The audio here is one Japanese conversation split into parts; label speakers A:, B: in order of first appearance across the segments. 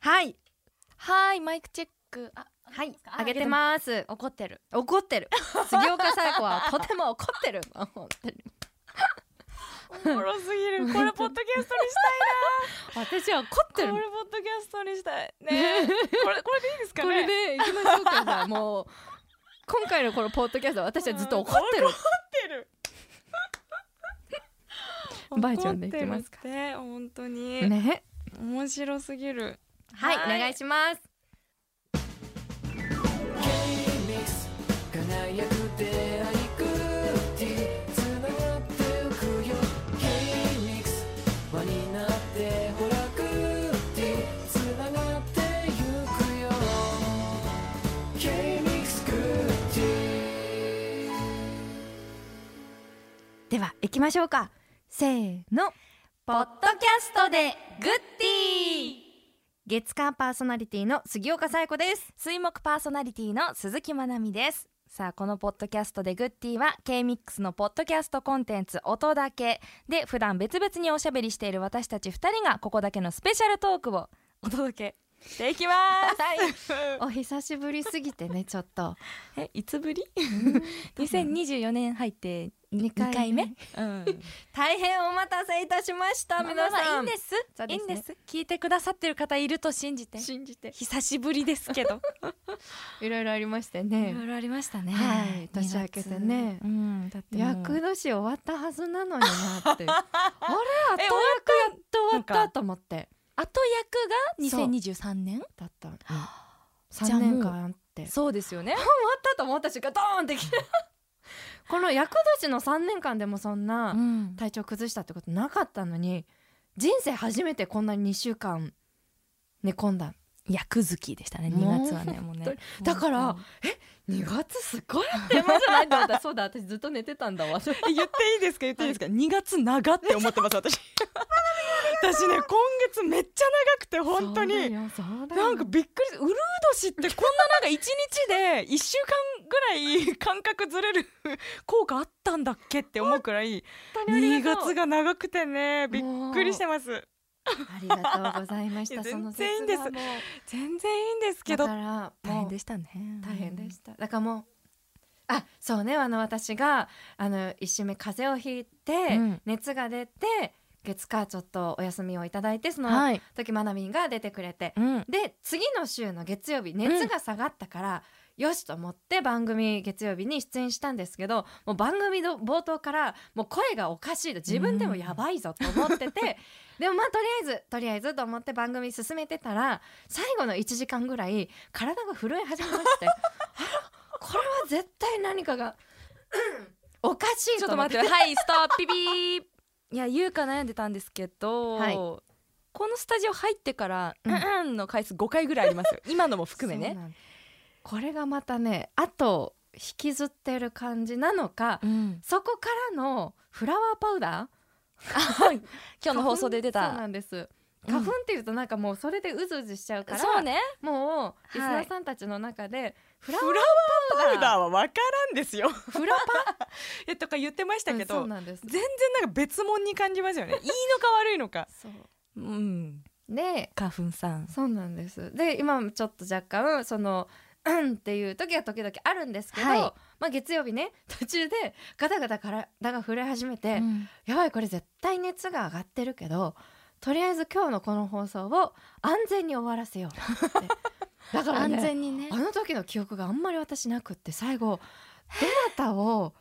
A: はい
B: はいマイクチェックあ
A: はい
B: あげてます怒ってる
A: 怒って る杉岡紗友子はとても 怒ってる本当に
B: おもろすぎ るこれポッドキャストにし
A: 私は怒ってる
B: これポッドキャストにした いねえこれこれでいいですかね
A: これでいきましょうかじゃあもう今回のこのポッドキャストは私はずっと 怒ってる
B: 怒ってる
A: バージョンでいきます
B: かね本当に、
A: ね
B: 面白すぎる
A: はい、お願いします
C: 輝く出会いグッディつながってゆくよ K-MIX 輪になってほらグッディつながってゆくよ K-MIX グッディ
A: では行きましょうかせーの
B: ポッドキャストでグッディー
A: 月間パーソナリティの杉岡紗友子です
B: 水木パーソナリティの鈴木まなみですさあこのポッドキャストでグッディは K-MIX のポッドキャストコンテンツ音だけで普段別々におしゃべりしている私たち2人がここだけのスペシャルトークをお届けしていきま すは
A: お久しぶりすぎてねちょっ と
B: いえいつぶり2024年入って
A: 2
B: 2回目、
A: 大変お待たせいたしました皆
B: まあまあい
A: さ
B: いん
A: ん
B: です
A: そう
B: い
A: で
B: い
A: す
B: ん
A: ね
B: です聞いてくださってる方いると信じて
A: 信じて
B: 久しぶりですけど
A: いろいろありまして
B: いろ
A: ね
B: いろありましたね
A: はい年明けてね
B: 2月うんだってもう
A: 役年終わったはずなのに なってあれあと
B: え
A: 役やっと終わったと思って
B: 後役
A: そ
B: が
A: う
B: 2023年
A: だった
B: じゃ
A: 3
B: あもう
A: 年間あって終わ
B: そうですよ ね
A: ったと思った瞬間ドーンってきて この役年の3年間でもそんな
B: うん
A: 体調崩したってことなかったのに人生初めてこんなに2週間寝込んだ
B: 役好きでしたね
A: もう
B: 2月はねもう
A: 本
B: ね
A: 当にだから
B: うん
A: 2月すごい電話じゃないんだったそうだ私ずっと寝てたんだわ
B: え言っていいですか言っていいですか、2月長って思ってます私 私ね今月めっちゃ長くて本当になんかびっくりすうるう年ってこんななんか一日で1週間ぐらい感覚ずれる効果あったんだっけって思うくら い2月
A: が
B: が長くてねびっくりしてます
A: ありがとうございまし
B: い
A: た
B: や
A: その
B: 全
A: 説
B: 然いいんです
A: はもう
B: 全然いいんですけど
A: だからもう
B: したね
A: 大変でしただからもうあそうねあの私があの一週目風邪をひいて、
B: うん
A: 熱が出て月火ちょっとお休みをいただいてその
B: はい、
A: 時まなみんが出てくれて、
B: うん、
A: で次の週の月曜日熱が下がったから、よしと思って番組月曜日に出演したんですけどもう番組の冒頭からもう声がおかしいと自分でもやばいぞと思ってて、 でもまあとりあえずとりあえずと思って番組進めてたら最後の1時間ぐらい体が震え始めまして あらこれは絶対何かがおかしい
B: ちょっ
A: と
B: と
A: 思って
B: 待ってはいストップピピーいや優香悩んでたんですけど、
A: はい
B: このスタジオ入ってから「
A: う
B: うんんうん」の回数5回ぐらいあります よ今のも含め
A: そう
B: ね。
A: なんですこれがまたねあと引きずってる感じなのか、
B: うん、
A: そこからのフラワーパウダー
B: 今日の放送で出
A: そうな
B: た
A: んです
B: うん
A: 花粉っていうとなんかもうそれでうずうずしちゃうから、
B: そうね
A: もう
B: い
A: リスナーさんたちの中でフラワ
B: フ
A: ーパウダー
B: は分からんですよ。
A: フラパ
B: えとか言ってましたけ
A: うん
B: ど、
A: そうなんです
B: 全然なんか別物に感じますよ ね。いいのか悪いのか。
A: そう
B: うん、
A: で
B: 花粉さん。
A: そうなんですで今もちょっと若干そのうんっていう時は時々あるんですけど、
B: はい
A: まあ月曜日ね 途中でガタガタ体が震え始めて、
B: うん
A: やばいこれ絶対熱が上がってるけどとりあえず今日のこの放送を安全に終わらせよう ってだから、ね、
B: にね
A: あの時の記憶があんまり私なくって最後どなたを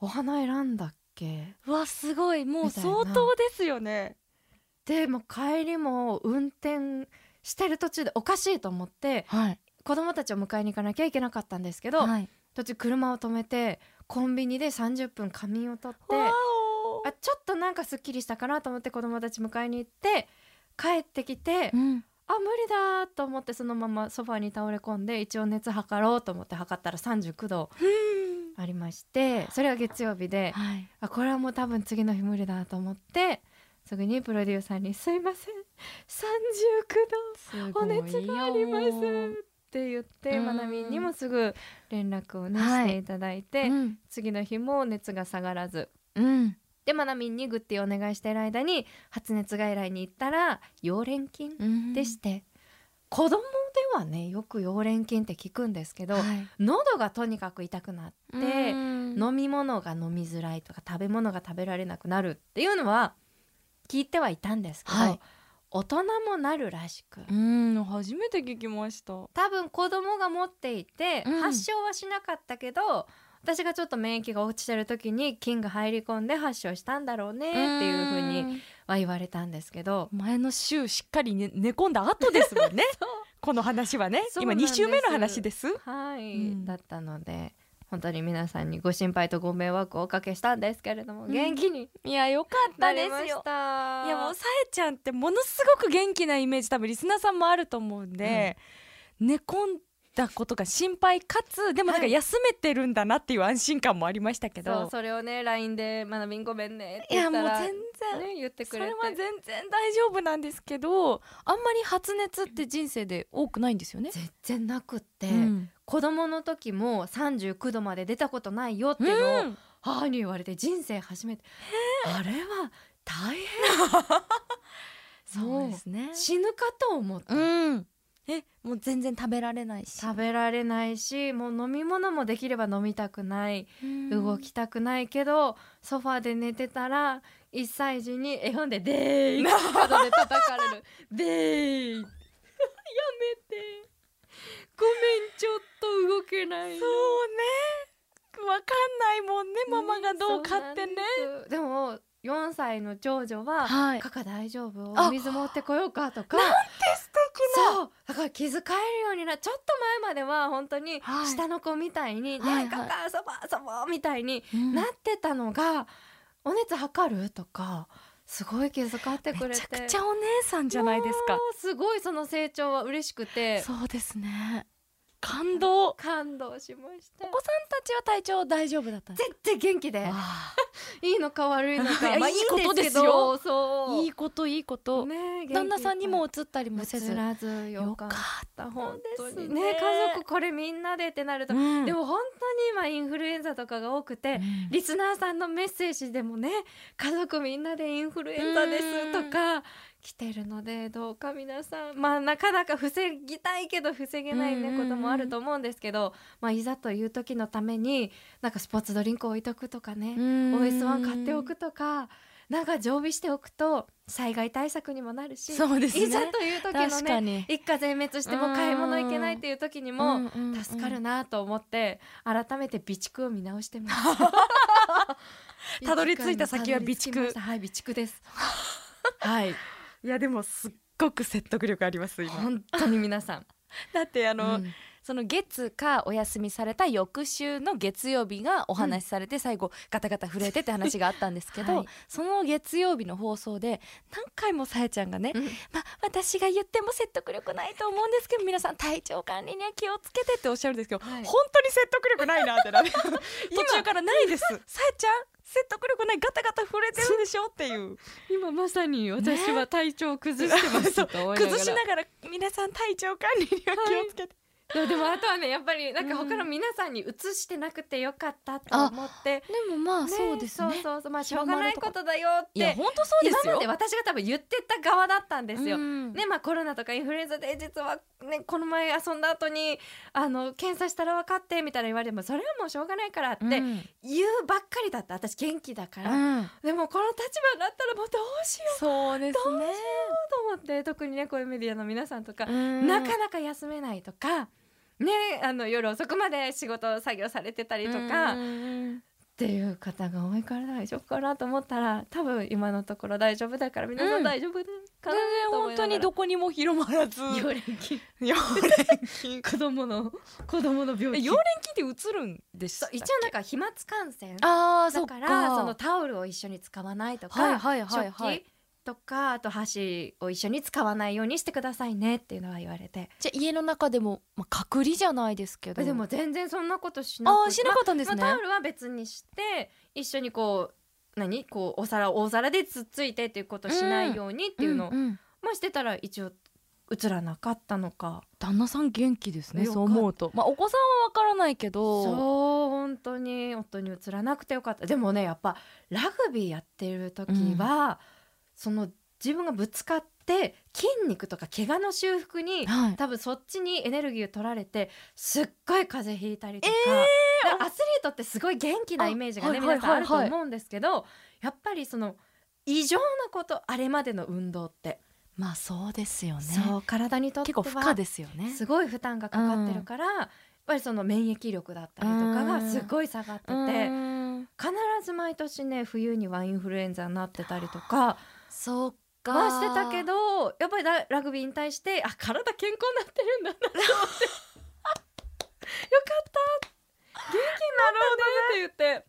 A: お花選んだっけ
B: うわすごいもう
A: みたいな
B: 相当ですよね。
A: でもう帰りも運転してる途中でおかしいと思って
B: はい。
A: 子供たちを迎えに行かなきゃいけなかったんですけど、
B: はい。
A: 途中車を止めてコンビニで30分仮眠を取って
B: わお。
A: あちょっとなんかすっきりしたかなと思って子供たち迎えに行って帰ってきて、
B: うん。
A: あ無理だと思ってそのままソファーに倒れ込んで一応熱測ろうと思って測ったら39度ありましてそれが月曜日で
B: はい。
A: あこれはもう多分次の日無理だと思ってすぐにプロデューサーに「すいません39
B: す
A: 度お熱があります」って言って
B: うん
A: まなみんにもすぐ連絡をね
B: はい
A: していただいて、
B: うん。
A: 次の日も熱が下がらず
B: うん。
A: でまなみんにグッティをお願いしてる間に発熱外来に行ったら溶連菌でして、子供ではねよく溶連菌って聞くんですけど、喉がとにかく痛くなって、
B: の
A: 飲み物が飲みづらいとか食べ物が食べられなくなるっていうのは聞いてはいたんですけど、
B: はい
A: 大人もなるらしく、
B: うん初めて聞きました
A: 多分子供が持っていて
B: うん
A: 発症はしなかったけど、私がちょっと免疫が落ちてる時に菌が入り込んで発症したんだろうねっていう風に
B: ん
A: は言われたんですけど
B: 前の週しっかり、ね、寝込んだ後ですもん ねこの話はね
A: そうな
B: 今
A: んで
B: 2
A: す
B: 週目の話です
A: はい、
B: うん
A: だったので本当に皆さんにご心配とご迷惑をおかけしたんですけれども、
B: うん
A: 元気に
B: いやよかっ
A: なりました
B: いやもうさえちゃんってものすごく元気なイメージ多分リスナーさんもあると思うんで、寝込んだことが心配かつでもなんか
A: はい
B: 休めてるんだなっていう安心感もありましたけど、
A: そうそれをね LINE で「まなみんごめんね」って
B: い
A: 言
B: や
A: っ
B: も
A: た
B: う
A: ら
B: 全然、
A: ね、言って
B: そ
A: くれ
B: れ
A: て
B: は全然大丈夫なんですけどあんまり発熱って人生で多くないんですよね。
A: 全然なくって、
B: うん
A: 子供の時も39度まで出たことないよって
B: う
A: いうのを、
B: ん
A: 母に言われて人生初めてあれは大変
B: そうですね。
A: 死ぬかと思った、
B: うん、えもう全然食べられないし
A: 食べられないしもう飲み物もできれば飲みたくない動きたくないけど、ソファーで寝てたら1歳児に絵本で「でーい」って角で叩か れる「でーい」やめてごめんちょっと動けな
B: そう
A: い
B: ねわかんないもんねママがどうかってね。
A: そうなんですでも4歳の長女は
B: は
A: 「カカ大丈夫
B: あ
A: お水持ってこようか」とか
B: 素敵な
A: そうだから気遣えるようになちょっと前までは本当に
B: はい
A: 下の子みたいに「
B: はい
A: ねえカカ遊ぼう遊ぼう」みたいに
B: うん
A: なってたのが「お熱測る?」とかすごい気遣ってくれ
B: め
A: て
B: ちゃくちゃお姉さんじゃないです
A: も
B: か
A: うすごいその成長は嬉しくて
B: そうですね感動お子
A: 感動しました
B: さんたちは体調大丈夫だったんです
A: 絶対元気で
B: か
A: いいのか悪いの
B: い
A: か
B: や
A: まあ
B: いいことです
A: け
B: よ
A: どそう
B: いいこといいこと、
A: ねえ
B: 旦那さんにも
A: 元
B: 移ったり
A: 気い
B: も
A: っぱ
B: せ
A: い
B: ず
A: 映らずよ
B: よ
A: か
B: か
A: っ
B: ったた
A: 本当
B: です
A: にね家族これみんなでってなると、
B: うん
A: でも本当に今インフルエンザとかが多くて、
B: うん
A: リスナーさんのメッセージでもね家族みんなでインフルエンザですとか来てるのでどうか皆さんまあなかなか防ぎたいけど防げないね
B: うんうん
A: こ
B: うん
A: ともあると思うんですけど、まあ、いざという時のためになんかスポーツドリンク置いとくとかね、OS1 買っておくとかなんか常備しておくと災害対策にもなるし、
B: そうですね
A: いざという時の
B: 確か
A: ね
B: に
A: 一家全滅しても買い物行けないっていう時にも、
B: んんん
A: 助かるなと思って改めて備蓄を見直してます
B: たどり着いた先は備蓄
A: たどり着きましたはい備蓄ですはい
B: いやでもすっごく説得力あります今
A: 本当に皆さん
B: だってあの、
A: うん
B: その月かお休みされた翌週の月曜日がお話しされて最後ガタガタ震えてって話があったんですけど、
A: はい
B: その月曜日の放送で何回もさえちゃんがね、まあ私が言っても説得力ないと思うんですけど皆さん体調管理には気をつけてっておっしゃるんですけど、
A: はい
B: 本当に説得力ないなって な途中からないですさえちゃん説得力ないガタガタ震えてるでしょっていう
A: 今まさに私は体調を崩して ますと思いながら
B: 崩しながら皆さん体調管理には気をつけて、
A: いやでもあとはねやっぱりなんか他の皆さんに移してなくてよかったと思って
B: でもまあ
A: ねそうそうそうまあしょうがないことだよっ
B: いや
A: て
B: 本当そうで
A: 今
B: すよ
A: まで私が多分言ってた側だったんですよ
B: うん
A: ねまあ、コロナとかインフルエンザで実は、ね、この前遊んだ後にあの検査したら分かってみたいな言われてもそれはもうしょうがないからって
B: うん
A: 言うばっかりだった私元気だから、
B: うん
A: でもこの立場だったらもうどうしよ
B: そうですね
A: うと思って特にねこういうメディアの皆さんとか、
B: うん
A: なかなか休めないとか。ね、あの夜遅くまで仕事作業されてたりとか、
B: う
A: っ
B: ん
A: ていう方が多いから大丈夫かなと思ったら多分今のところ大丈夫だから皆さ
B: うんん
A: 大丈夫か
B: 全
A: な
B: 然
A: と思
B: 本
A: い
B: 当
A: なが
B: に
A: ら
B: どこにも広まらず
A: 幼連 休
B: よ
A: 子供の子供の病
B: え
A: 気
B: 溶連菌って移るんでした
A: そう
B: っけ
A: 一応なんか飛沫感染
B: ああそ
A: だ
B: っか
A: からそのタオルを一緒に使わないとか、
B: はいはいはいはい
A: 食器とかあと箸を一緒に使わないようにしてくださいねっていうのは言われて
B: じゃあ家の中でも、まあ、隔離じゃないですけど
A: でも全然そんなことしな
B: あ
A: く
B: あしなかったんですね、
A: まあタオルは別にして一緒にこう何こうお皿大皿でつっついてっていうことしないようにっていうのを、
B: んん
A: まあしてたら一応映らなかったのか
B: 旦那さん元気ですね
A: よかっ
B: そ
A: た
B: う思うとまあお子さんはわからないけど
A: そう本当に夫に移らなくてよかったでもねやっぱラグビーやってる時は、その自分がぶつかっで筋肉とか怪我の修復に
B: はい
A: 多分そっちにエネルギーを取られてすっごい風邪ひいたりとか,、だからアスリートってすごい元気なイメージがね
B: あ
A: 皆さん
B: は
A: あ
B: いはいはい
A: ると思うんですけどやっぱりその異常なことあれまでの運動って、
B: まあそうですよね
A: そう体にとって
B: 結構負荷
A: は
B: ですよね
A: すごい負担がかかってるから、やっぱりその免疫力だったりとかがすごい下がってて、
B: うん
A: 必ず毎年ね冬にはインフルエンザになってたりとか
B: そうか
A: はしてたけどやっぱりララグビーに対してあ体健康になってるんだなと思ってよかった元気になろうねって言って。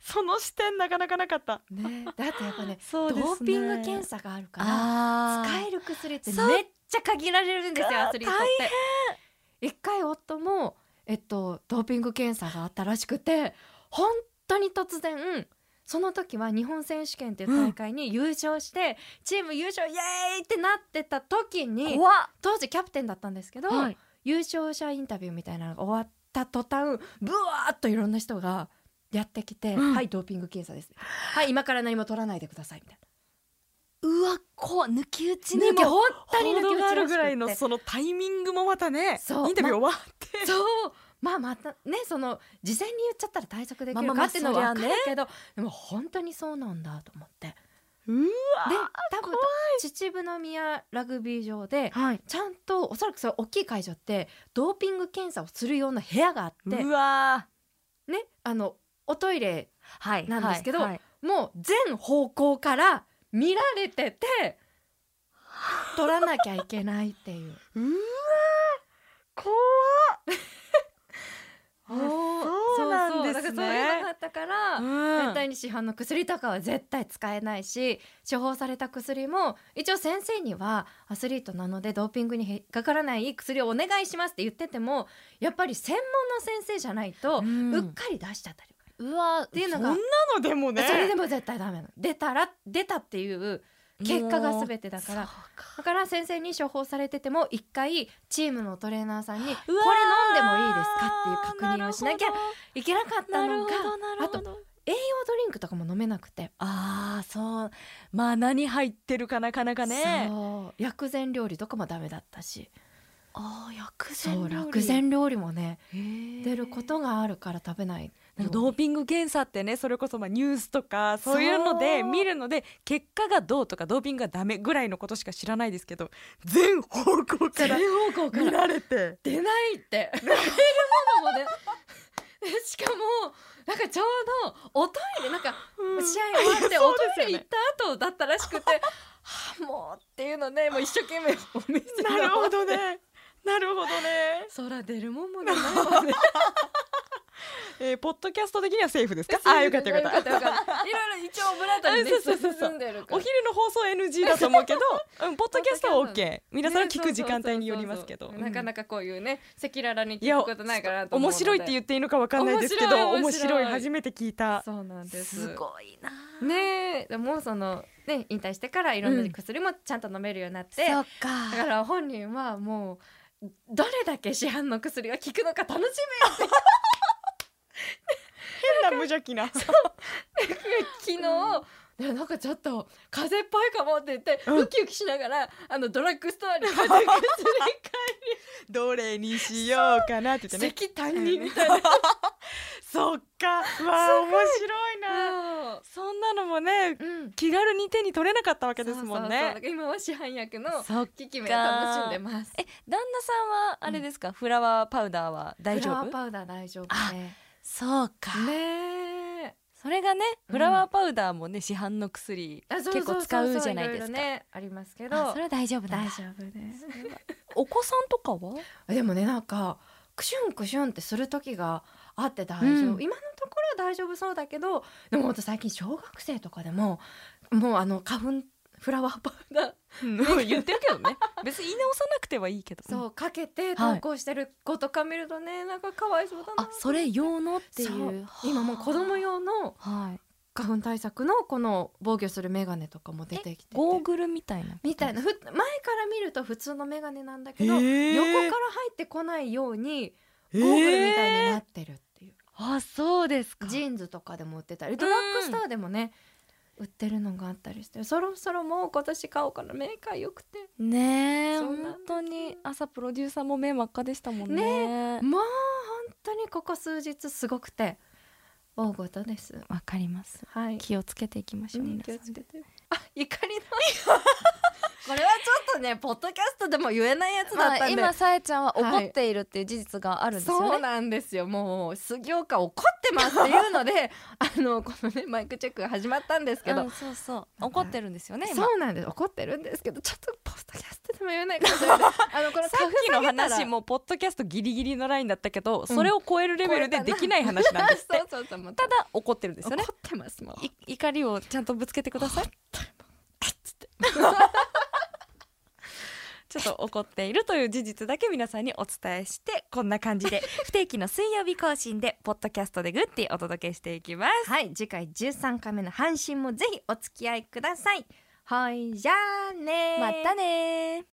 B: その視点なかなかなかった
A: ね、だってやっぱね
B: そうですね
A: ドーピング検査があるから
B: あー
A: 使える薬って
B: そう
A: めっちゃ限られるんですよアスリートって。一回夫も、えっと、ドーピング検査があったらしくて本当に突然その時は日本選手権っていう大会に優勝して、チーム優勝イエーイってなってた時に
B: 怖
A: 当時キャプテンだったんですけど、
B: っはい
A: 優勝者インタビューみたいなのが終わった途端ブワーっといろんな人がやってきて「
B: うん
A: はいドーピング検査です」はい今から何も取らないでください」みたいな。
B: うわこう抜き打ちに
A: 抜け
B: も
A: 本当に抜
B: 報
A: け
B: 道
A: 落ち
B: があ
A: ら
B: る
A: し
B: ぐ
A: くっ
B: らいの
A: て
B: そのタイミングもまたね
A: そう
B: インタビュー終わって
A: そうまあまたねその事前に言っちゃったら対策でき
B: ま
A: る
B: あま
A: か
B: あ
A: っていうのは
B: まあ
A: 分かるけど、でも本当にそうなんだと思ってで
B: うわ
A: 多分秩父宮ラグビー場で
B: はい
A: ちゃんとおそらくそれ大きい会場ってドーピング検査をするような部屋があって
B: うわ
A: ねあのおトイレ
B: はい
A: なんですけど
B: はいはい
A: もう全方向から見られてて取らなきゃいけないっていう。
B: うわ怖 あ そうなんですね
A: そうそうだからそういうのがあったから、
B: うん
A: 絶対に市販の薬とかは絶対使えないし処方された薬も一応先生にはアスリートなのでドーピングに引っかからない薬をお願いしますって言っててもやっぱり専門の先生じゃないと、う
B: うん
A: っかり出しちゃったり、
B: うわって
A: いうのが
B: そんなのでもね
A: それでも絶対ダメなの出たら出たっていう結果が全てだからだから先生に処方されてても一回チームのトレーナーさんにこれ飲んでもいいですかっていう確認をしなきゃいけなかった
B: なる
A: の
B: ほ
A: が
B: どなるほ
A: あ
B: ど
A: 栄養ドリンクとかも飲めなくて、
B: あーそうまあ何入ってるかなかなかね
A: そう薬膳料理とかもダメだったし
B: あー薬
A: そう
B: 膳料理
A: 薬膳料理もね出
B: 出
A: ることがあるから食べない
B: なんかドーピング検査ってねそれこそまあニュースとかそういうので
A: そう
B: 見るので結果がどうとかドーピングがダメぐらいのことしか知らないですけど全方向から
A: 全方向
B: 見られて
A: 出ないって 出るものもね しかもなんかちょうどおトイレなんか
B: うん
A: 試合 終わって
B: そ
A: お
B: う
A: ト
B: ですよ
A: イ
B: ね
A: レ行った後だったらしく て、はあもうっていうのねもう一生懸命お店で
B: なるほどねなるほどね、
A: 空出るもんも 出ないもんね
B: えーポッドキャスト的にはセーフですかあーよかったよかった
A: よかったいろいろ一応オブラートにね
B: あそうそうそうそう
A: 包んでるから
B: お昼の放送 NG だと思う けど、うん、ポッドキャストは
A: ポッドキ
B: OK 皆さんの聞く時間帯によりますけど、
A: なかなかこういうね赤裸々に
B: いや
A: 聞くことないかなと思
B: 面
A: うので
B: 白いって言っていいのかわかんないですけど
A: 面白い面白い
B: 面白い初めて聞いた
A: そうなんです
B: ごいな
A: ねえでもそのね引退してからいろん
B: う
A: なん薬もちゃんと飲めるようになって、
B: そっ
A: だか
B: から
A: 本人はもうどれだけ市販の薬が効くのか楽しみ
B: 変な無邪気な
A: 昨日、でなんかちょっと風邪っぽいかもって言って、
B: うん
A: ウキウキしながらあのドラッグストアに風邪薬
B: どれにしようかなって 言って
A: 買い
B: ね
A: 石炭にみ たいな。
B: そっかうわあ面白いなそんなのもね
A: うん
B: 気軽に手に取れなかったわけですもん
A: そうそうそ
B: ね
A: う今は市販薬の
B: そっ
A: 効き目を楽しんでます。
B: え旦那さんはあれですか、フラワーパウダーは大丈
A: フラワー
B: 夫
A: パウダー大丈夫ね。
B: そうか
A: ねえ。
B: それがねフラワーパウダーもね市販の薬
A: あそうそう
B: 結
A: そう
B: 構使うじゃないです
A: ろ
B: か
A: ろね、ありますけ
B: あ
A: ど
B: そ。れは大丈夫だ
A: 大丈夫です。
B: お子さんとかは
A: でもねなんかクシュンクシュンってする時があって大丈夫、
B: うん
A: 今のところは大丈夫そうだけどでもほんと最近小学生とかでももうあの花粉フラワーパウダー
B: うん 言ってるけどね別に言い直さなくてはいいけど
A: そうかけて投稿してる子とか見るとね、なんかかわいそうだな
B: あそれ用のってい
A: そう
B: う
A: 今もう子供用の
B: はい
A: 花粉対策のこの防御するメガネとかも出てきてて
B: ゴーグルみたいな
A: みたいなふ前から見ると普通のメガネなんだけど、
B: へー
A: 横から入ってこないように
B: ゴ
A: ゴーグルみたいになってるっていう。
B: あそうですか
A: ジーンズとかでも売ってたりドラッグストアでもね売ってるのがあったりしてそろそろもう今年買おうかなメーカーよくて
B: ねえ
A: そうな
B: 本
A: んです
B: 当に朝プロデューサーも目真っ赤でしたもんね
A: もう本当にここ数日すごくて大ごとです
B: わかります
A: はい
B: 気をつけていきましょう、皆さん
A: てあ怒りのこれはちょっとねポッドキャストでも言えないやつだ
B: ま
A: っ
B: あ
A: たんで、
B: 今さえちゃんは怒っているっていう事実があるんですよね、
A: そうなんですよもう杉岡怒ってますっていうの であのこのねマイクチェックが始まったんですけど、
B: うんそうそう怒ってるんですよね今
A: そうなんです怒ってるんですけどちょっとポッドキャストでも言えないかもしれない あのこの
B: さっきの話
A: も
B: もポッドキャストギリギリのラインだったけど、それを超えるレベルでできない話なんですって
A: そうそうそうもう
B: ただ怒ってるんですよね
A: 怒ってますもん
B: い怒りをちゃんとぶつけてくださいちょっと怒っているという事実だけ皆さんにお伝えしてこんな感じで不定期の水曜日更新でポッドキャストでグッてお届けしていきます
A: はい次回13回目の阪神もぜひお付き合いくださいほいじゃあねー
B: またねー